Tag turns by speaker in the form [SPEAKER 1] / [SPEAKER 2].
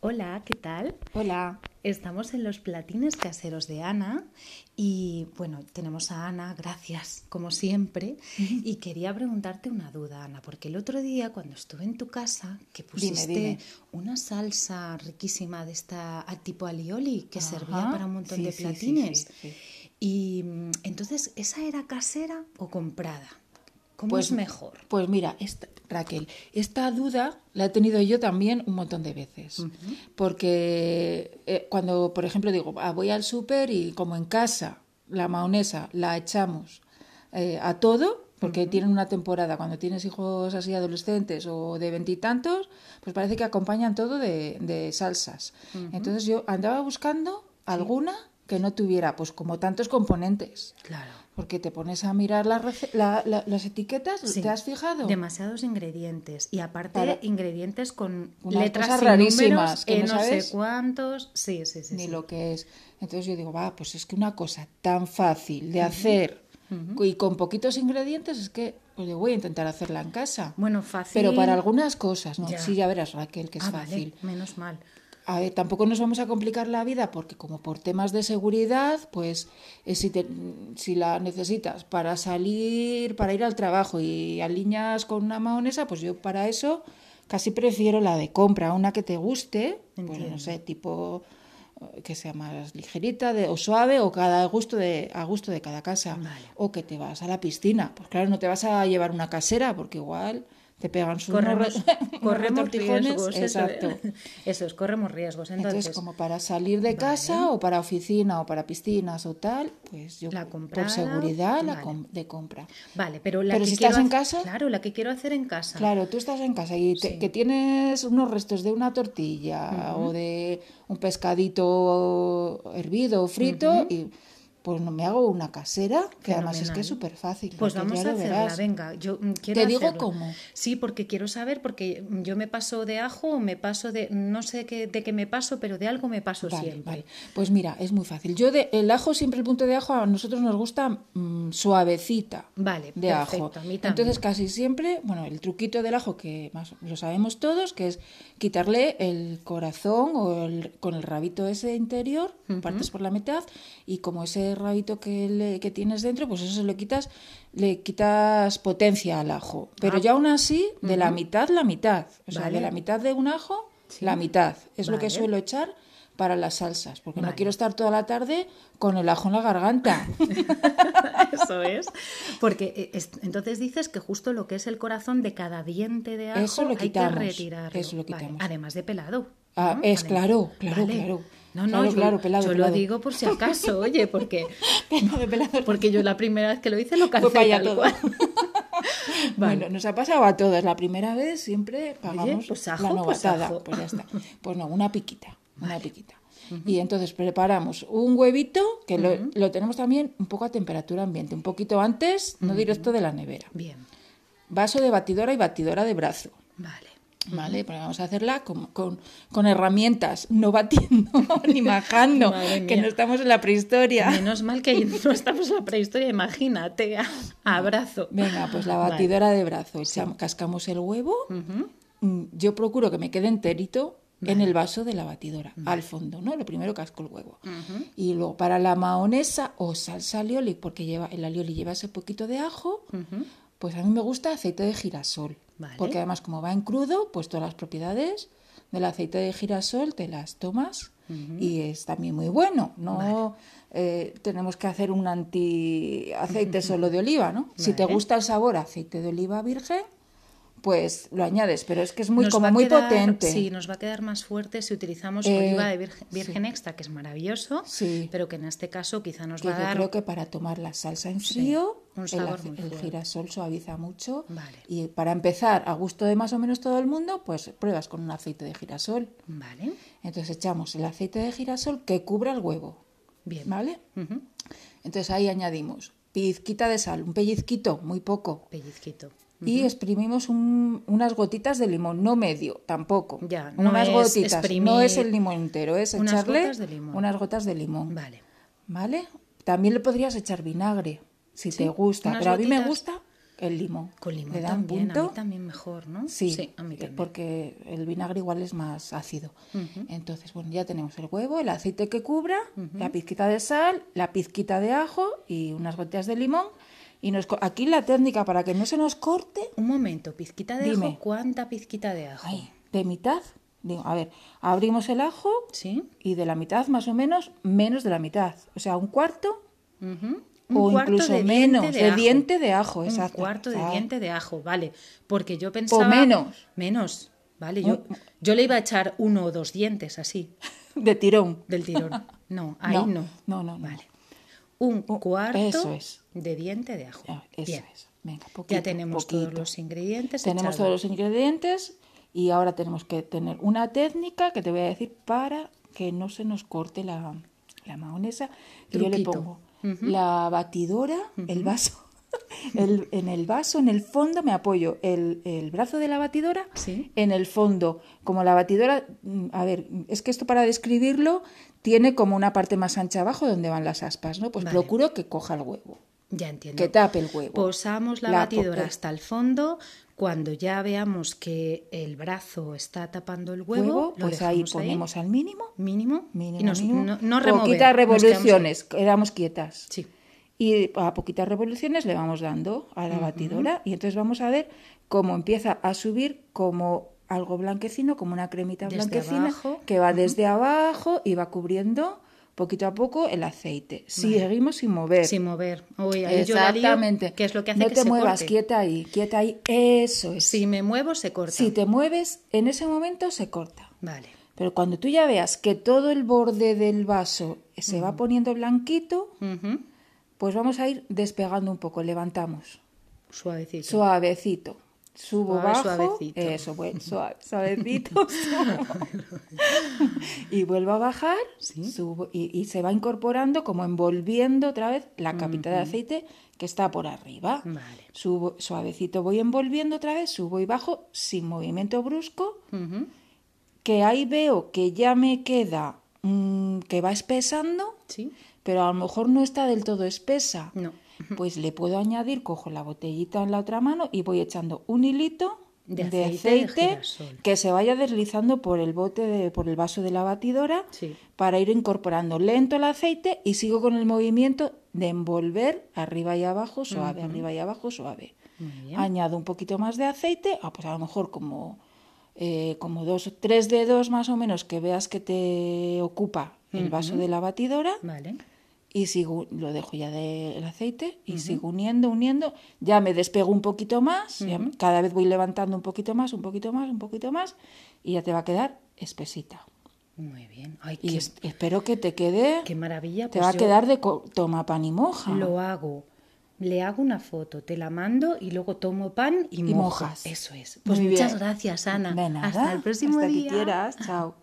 [SPEAKER 1] Hola, ¿qué tal?
[SPEAKER 2] Hola.
[SPEAKER 1] Estamos en los platines caseros de Ana y bueno, tenemos a Ana, gracias, como siempre. Y quería preguntarte una duda, Ana, porque el otro día cuando estuve en tu casa, que pusiste
[SPEAKER 2] dime.
[SPEAKER 1] una salsa riquísima de esta a tipo alioli que servía
[SPEAKER 2] Ajá,
[SPEAKER 1] para un montón
[SPEAKER 2] sí,
[SPEAKER 1] de
[SPEAKER 2] sí, sí, sí,
[SPEAKER 1] platines.
[SPEAKER 2] sí.
[SPEAKER 1] Y mm, entonces, ¿esa era casera o comprada? ¿Cómo es mejor?
[SPEAKER 2] Pues mira, esta- Raquel, esta duda la he tenido yo también un montón de veces. Porque eh, cuando, por ejemplo, digo, "Ah, voy al súper y como en casa, la maonesa la echamos eh, a todo, porque tienen una temporada, cuando tienes hijos así adolescentes o de veintitantos, pues parece que acompañan todo de, de salsas. Entonces yo andaba buscando alguna que no tuviera, pues como tantos componentes.
[SPEAKER 1] Claro.
[SPEAKER 2] Porque te pones a mirar las, rece- la- la- las etiquetas, ¿te has fijado?
[SPEAKER 1] Demasiados ingredientes. Y aparte,
[SPEAKER 2] Para-
[SPEAKER 1] ingredientes con
[SPEAKER 2] Unas
[SPEAKER 1] letras
[SPEAKER 2] cosas
[SPEAKER 1] sin números,
[SPEAKER 2] rarísimas que
[SPEAKER 1] eh,
[SPEAKER 2] no
[SPEAKER 1] no,
[SPEAKER 2] sabes
[SPEAKER 1] sé cuántos. Sí, sí, sí.
[SPEAKER 2] ni
[SPEAKER 1] sí.
[SPEAKER 2] lo que es. Entonces yo digo, va, pues es que una cosa tan fácil de hacer y con poquitos ingredientes es que pues yo voy a intentar hacerla en casa.
[SPEAKER 1] Bueno, fácil.
[SPEAKER 2] Pero para algunas cosas, ¿no?
[SPEAKER 1] Ya.
[SPEAKER 2] Sí, ya verás, Raquel, que es
[SPEAKER 1] Ah, vale,
[SPEAKER 2] fácil.
[SPEAKER 1] menos mal.
[SPEAKER 2] A ver, tampoco nos vamos a complicar la vida porque como por temas de seguridad, pues eh, si, te- si la necesitas para salir, para ir al trabajo y alineas con una mahonesa, pues yo para eso casi prefiero la de compra, una que te guste, pues
[SPEAKER 1] Entiendo.
[SPEAKER 2] no sé, tipo eh, que sea más ligerita de, o suave o cada gusto de, a gusto de cada casa.
[SPEAKER 1] Vale.
[SPEAKER 2] O que te vas a la piscina. Pues claro, no te vas a llevar una casera porque igual te pegan sus
[SPEAKER 1] Corremos,
[SPEAKER 2] unos re- unos
[SPEAKER 1] corremos
[SPEAKER 2] retortijones.
[SPEAKER 1] riesgos. eso es.
[SPEAKER 2] Exacto.
[SPEAKER 1] Eso es, corremos riesgos.
[SPEAKER 2] Entonces,
[SPEAKER 1] Entonces,
[SPEAKER 2] como para salir de casa o para oficina o para piscinas o tal, pues yo
[SPEAKER 1] La
[SPEAKER 2] por
[SPEAKER 1] comprada,
[SPEAKER 2] seguridad la
[SPEAKER 1] vale. Ah.
[SPEAKER 2] com- de compra.
[SPEAKER 1] vale, pero la
[SPEAKER 2] Pero
[SPEAKER 1] que
[SPEAKER 2] si
[SPEAKER 1] quiero
[SPEAKER 2] estás en
[SPEAKER 1] hacer-
[SPEAKER 2] casa-
[SPEAKER 1] Claro, la que quiero hacer en casa.
[SPEAKER 2] Claro, tú estás en casa y te- que tienes unos restos de una tortilla o de un pescadito hervido o frito y pues no me hago una casera, que además es que es
[SPEAKER 1] Fenomenal.
[SPEAKER 2] súper fácil.
[SPEAKER 1] Pues
[SPEAKER 2] Raquel,
[SPEAKER 1] vamos
[SPEAKER 2] ya
[SPEAKER 1] a
[SPEAKER 2] lo
[SPEAKER 1] hacerla,
[SPEAKER 2] verás.
[SPEAKER 1] venga, yo mm, quiero
[SPEAKER 2] Te digo
[SPEAKER 1] hacerla.
[SPEAKER 2] cómo.
[SPEAKER 1] Sí, porque quiero saber, porque mm, yo me paso de ajo o me paso de, no sé qué, de qué me paso, pero de algo me paso
[SPEAKER 2] Vale,
[SPEAKER 1] siempre.
[SPEAKER 2] vale. Pues mira, es muy fácil. Yo de, el ajo, siempre el punto de ajo, a nosotros nos gusta mm, suavecita.
[SPEAKER 1] Vale,
[SPEAKER 2] de
[SPEAKER 1] perfecto,
[SPEAKER 2] ajo.
[SPEAKER 1] a mí también.
[SPEAKER 2] Entonces casi siempre, bueno, el truquito del ajo que más lo sabemos todos, que es quitarle el corazón o el- con el rabito ese interior, partes por la mitad y como ese rabito que, le- que tienes dentro, pues eso se lo quitas, le quitas potencia al ajo. Pero ya aún así, de la mitad, la mitad. O sea,
[SPEAKER 1] Ah. Vale.
[SPEAKER 2] de la mitad de un ajo, la mitad. Es lo
[SPEAKER 1] Vale.
[SPEAKER 2] que suelo echar para las salsas, porque
[SPEAKER 1] Vale.
[SPEAKER 2] no quiero estar toda la tarde con el ajo en la garganta.
[SPEAKER 1] Eso es. Porque eh, es- entonces dices que justo lo que es el corazón de cada diente de ajo
[SPEAKER 2] Eso lo
[SPEAKER 1] hay
[SPEAKER 2] quitamos,
[SPEAKER 1] que retirarlo.
[SPEAKER 2] eso lo
[SPEAKER 1] Vale,
[SPEAKER 2] quitamos.
[SPEAKER 1] Además de pelado.
[SPEAKER 2] Ah,
[SPEAKER 1] ¿no?
[SPEAKER 2] es
[SPEAKER 1] Adem-
[SPEAKER 2] claro, claro,
[SPEAKER 1] Vale.
[SPEAKER 2] claro.
[SPEAKER 1] No, no,
[SPEAKER 2] Claro,
[SPEAKER 1] yo,
[SPEAKER 2] claro, pelado,
[SPEAKER 1] yo
[SPEAKER 2] pelado.
[SPEAKER 1] lo digo por si acaso, oye, porque
[SPEAKER 2] Pelado, pelado.
[SPEAKER 1] Porque yo la primera vez que lo hice lo
[SPEAKER 2] Fue para
[SPEAKER 1] calcé
[SPEAKER 2] allá
[SPEAKER 1] tal
[SPEAKER 2] Pues todo.
[SPEAKER 1] cual. Vale.
[SPEAKER 2] Bueno, nos ha pasado a todas. La primera vez siempre pagamos
[SPEAKER 1] pues
[SPEAKER 2] la
[SPEAKER 1] ajo, pues
[SPEAKER 2] novatada.
[SPEAKER 1] ajo.
[SPEAKER 2] ya está. Pues no, una piquita, una piquita. Y entonces preparamos un huevito que lo, lo tenemos también un poco a temperatura ambiente, un poquito antes, no directo de la nevera.
[SPEAKER 1] Bien,
[SPEAKER 2] Vaso de batidora y batidora de brazo.
[SPEAKER 1] vale.
[SPEAKER 2] Vale, pues vamos a hacerla con, con- con herramientas, no batiendo ni majando,
[SPEAKER 1] Madre
[SPEAKER 2] que
[SPEAKER 1] mía.
[SPEAKER 2] no estamos en la prehistoria.
[SPEAKER 1] Menos mal que no estamos en la prehistoria, imagínate. a- Abrazo.
[SPEAKER 2] Venga, pues la
[SPEAKER 1] Vale.
[SPEAKER 2] batidora de brazo, echam- cascamos el huevo. Mm, Yo procuro que me quede enterito en el vaso de la batidora, al fondo, ¿no? Lo primero casco el huevo. Y luego para la mahonesa o salsa alioli, porque lleva el alioli lleva ese poquito de ajo, pues a mí me gusta aceite de girasol.
[SPEAKER 1] Vale.
[SPEAKER 2] Porque además como va en crudo, pues todas las propiedades del aceite de girasol te las tomas y es también muy bueno. No eh, tenemos que hacer un anti aceite solo de oliva, ¿no? Si te
[SPEAKER 1] Vale.
[SPEAKER 2] gusta el sabor a aceite de oliva virgen, pues lo añades, pero es que es muy
[SPEAKER 1] Nos va
[SPEAKER 2] como
[SPEAKER 1] a
[SPEAKER 2] muy
[SPEAKER 1] quedar-
[SPEAKER 2] potente.
[SPEAKER 1] Sí, nos va a quedar más fuerte si utilizamos
[SPEAKER 2] Eh,
[SPEAKER 1] oliva de virgen, virgen extra, que es maravilloso,
[SPEAKER 2] Sí.
[SPEAKER 1] pero que en este caso quizá nos
[SPEAKER 2] Que
[SPEAKER 1] va a
[SPEAKER 2] yo
[SPEAKER 1] dar
[SPEAKER 2] creo que para tomar la salsa en frío,
[SPEAKER 1] un
[SPEAKER 2] el
[SPEAKER 1] sabor
[SPEAKER 2] ace-
[SPEAKER 1] muy
[SPEAKER 2] el,
[SPEAKER 1] fuerte.
[SPEAKER 2] girasol suaviza mucho.
[SPEAKER 1] Vale.
[SPEAKER 2] Y para empezar, a gusto de más o menos todo el mundo, pues pruebas con un aceite de girasol.
[SPEAKER 1] Vale,
[SPEAKER 2] Entonces echamos el aceite de girasol que cubra el huevo,
[SPEAKER 1] bien.
[SPEAKER 2] ¿vale?
[SPEAKER 1] Ujú,
[SPEAKER 2] Entonces ahí añadimos pizquita de sal, un pellizquito, muy poco.
[SPEAKER 1] Pellizquito.
[SPEAKER 2] Y exprimimos un- unas gotitas de limón, no medio, tampoco.
[SPEAKER 1] Ya, no
[SPEAKER 2] unas
[SPEAKER 1] es
[SPEAKER 2] gotitas, no
[SPEAKER 1] exprimir-
[SPEAKER 2] es el limón entero, es
[SPEAKER 1] Unas
[SPEAKER 2] echarle
[SPEAKER 1] gotas de limón.
[SPEAKER 2] unas gotas de limón.
[SPEAKER 1] Vale.
[SPEAKER 2] ¿Vale? También le podrías echar vinagre, si te gusta.
[SPEAKER 1] unas
[SPEAKER 2] Pero a mí me
[SPEAKER 1] gotitas.
[SPEAKER 2] gusta el limón.
[SPEAKER 1] Con limón
[SPEAKER 2] Le da un
[SPEAKER 1] también, a
[SPEAKER 2] punto.
[SPEAKER 1] mí también mejor, ¿no?
[SPEAKER 2] Sí,
[SPEAKER 1] a mí
[SPEAKER 2] eh,
[SPEAKER 1] también.
[SPEAKER 2] porque el vinagre igual es más ácido.
[SPEAKER 1] Ujú.
[SPEAKER 2] Entonces, bueno, ya tenemos el huevo, el aceite que cubra, la pizquita de sal, la pizquita de ajo y unas gotitas de limón. Y nos, co- aquí la técnica para que no se nos corte,
[SPEAKER 1] Un momento, pizquita de
[SPEAKER 2] Dime.
[SPEAKER 1] ajo, ¿cuánta pizquita de ajo?
[SPEAKER 2] ay, de mitad, digo, a ver, abrimos el ajo
[SPEAKER 1] ¿Sí?
[SPEAKER 2] y de la mitad más o menos, menos de la mitad, o sea, un cuarto
[SPEAKER 1] Ujú.
[SPEAKER 2] o incluso menos de
[SPEAKER 1] ajo.
[SPEAKER 2] diente de ajo,
[SPEAKER 1] Un
[SPEAKER 2] exacto.
[SPEAKER 1] cuarto de
[SPEAKER 2] Ah.
[SPEAKER 1] diente de ajo, vale. Porque yo pensaba.
[SPEAKER 2] menos. Oh, mm.
[SPEAKER 1] Menos, vale. Yo,
[SPEAKER 2] Un-
[SPEAKER 1] yo le iba a echar uno o dos dientes así,
[SPEAKER 2] de tirón.
[SPEAKER 1] del tirón. No, ahí no.
[SPEAKER 2] No, no, no.
[SPEAKER 1] Vale. Un
[SPEAKER 2] Un-
[SPEAKER 1] cuarto
[SPEAKER 2] eso es.
[SPEAKER 1] de diente de ajo.
[SPEAKER 2] Ah, Eso
[SPEAKER 1] Bien.
[SPEAKER 2] es. Venga, poquito,
[SPEAKER 1] Ya tenemos todos
[SPEAKER 2] poquito.
[SPEAKER 1] los ingredientes.
[SPEAKER 2] Tenemos
[SPEAKER 1] echados.
[SPEAKER 2] todos los ingredientes y ahora tenemos que tener una técnica que te voy a decir para que no se nos corte la, la mahonesa. Que yo le
[SPEAKER 1] Truquito.
[SPEAKER 2] pongo la batidora, el vaso. el- en el vaso, en el fondo, me apoyo el, el brazo de la batidora
[SPEAKER 1] Sí.
[SPEAKER 2] en el fondo. Como la batidora, mm, a ver, es que esto para describirlo tiene como una parte más ancha abajo donde van las aspas, ¿no? Pues
[SPEAKER 1] Vale.
[SPEAKER 2] procuro que coja el huevo.
[SPEAKER 1] Ya entiendo.
[SPEAKER 2] Que tape el huevo.
[SPEAKER 1] Posamos la,
[SPEAKER 2] La
[SPEAKER 1] batidora
[SPEAKER 2] po-
[SPEAKER 1] hasta el fondo. Cuando ya veamos que el brazo está tapando el huevo,
[SPEAKER 2] Huevo,
[SPEAKER 1] lo
[SPEAKER 2] pues ahí
[SPEAKER 1] dejamos
[SPEAKER 2] ponemos al mínimo
[SPEAKER 1] mínimo,
[SPEAKER 2] Mínimo,
[SPEAKER 1] y nos,
[SPEAKER 2] mínimo.
[SPEAKER 1] no, no remover,
[SPEAKER 2] Poquitas
[SPEAKER 1] nos quedamos-
[SPEAKER 2] revoluciones, quedamos quietas.
[SPEAKER 1] Sí.
[SPEAKER 2] Y a poquitas revoluciones le vamos dando a la batidora y entonces vamos a ver cómo empieza a subir como algo blanquecino, como una cremita
[SPEAKER 1] Desde
[SPEAKER 2] blanquecina
[SPEAKER 1] abajo.
[SPEAKER 2] que va desde abajo y va cubriendo poquito a poco el aceite. Seguimos sin mover.
[SPEAKER 1] sin mover. Uy, ahí yo la lío,
[SPEAKER 2] Exactamente.
[SPEAKER 1] que es lo que hace
[SPEAKER 2] no
[SPEAKER 1] que
[SPEAKER 2] te
[SPEAKER 1] se
[SPEAKER 2] muevas,
[SPEAKER 1] corte.
[SPEAKER 2] quieta ahí, quieta ahí. Eso es.
[SPEAKER 1] Si me muevo se corta.
[SPEAKER 2] Si te mueves, en ese momento se corta.
[SPEAKER 1] Vale.
[SPEAKER 2] Pero cuando tú ya veas que todo el borde del vaso se va poniendo blanquito,
[SPEAKER 1] Ujú.
[SPEAKER 2] pues vamos a ir despegando un poco, levantamos,
[SPEAKER 1] Suavecito.
[SPEAKER 2] suavecito. Subo
[SPEAKER 1] Suave,
[SPEAKER 2] bajo,
[SPEAKER 1] suavecito.
[SPEAKER 2] eso, bueno, suave, suavecito, subo. y vuelvo a bajar, subo y, y se va incorporando como envolviendo otra vez la capita de aceite que está por arriba.
[SPEAKER 1] Vale.
[SPEAKER 2] Subo suavecito, voy envolviendo otra vez, subo y bajo sin movimiento brusco
[SPEAKER 1] Ujú.
[SPEAKER 2] que ahí veo que ya me queda mm, que va espesando,
[SPEAKER 1] Sí.
[SPEAKER 2] pero a lo mejor no está del todo espesa.
[SPEAKER 1] No.
[SPEAKER 2] Pues le puedo añadir, cojo la botellita en la otra mano y voy echando un hilito
[SPEAKER 1] De
[SPEAKER 2] de,
[SPEAKER 1] aceite de
[SPEAKER 2] aceite
[SPEAKER 1] girasol.
[SPEAKER 2] que se vaya deslizando por el bote, de- por el vaso de la batidora
[SPEAKER 1] Sí.
[SPEAKER 2] para ir incorporando lento el aceite y sigo con el movimiento de envolver arriba y abajo suave, arriba y abajo suave.
[SPEAKER 1] Muy bien.
[SPEAKER 2] Añado un poquito más de aceite, ah, pues a lo mejor como, eh, como dos o tres dedos más o menos que veas que te ocupa el vaso de la batidora
[SPEAKER 1] Vale.
[SPEAKER 2] y sigo, lo dejo ya del aceite y sigo uniendo, uniendo, ya me despego un poquito más, ya me- cada vez voy levantando un poquito más, un poquito más, un poquito más y ya te va a quedar espesita.
[SPEAKER 1] Muy bien. Ay,
[SPEAKER 2] Y
[SPEAKER 1] qué,
[SPEAKER 2] es- espero que te quede,
[SPEAKER 1] qué maravilla.
[SPEAKER 2] te
[SPEAKER 1] pues
[SPEAKER 2] va a
[SPEAKER 1] yo
[SPEAKER 2] quedar de co- toma pan y moja.
[SPEAKER 1] Lo hago. Le hago una foto, te la mando y luego tomo pan y,
[SPEAKER 2] Y
[SPEAKER 1] mojo.
[SPEAKER 2] mojas.
[SPEAKER 1] Eso es. Pues
[SPEAKER 2] Muy
[SPEAKER 1] muchas
[SPEAKER 2] bien.
[SPEAKER 1] gracias, Ana.
[SPEAKER 2] De nada,
[SPEAKER 1] Hasta el próximo
[SPEAKER 2] hasta que
[SPEAKER 1] día.
[SPEAKER 2] quieras, chao.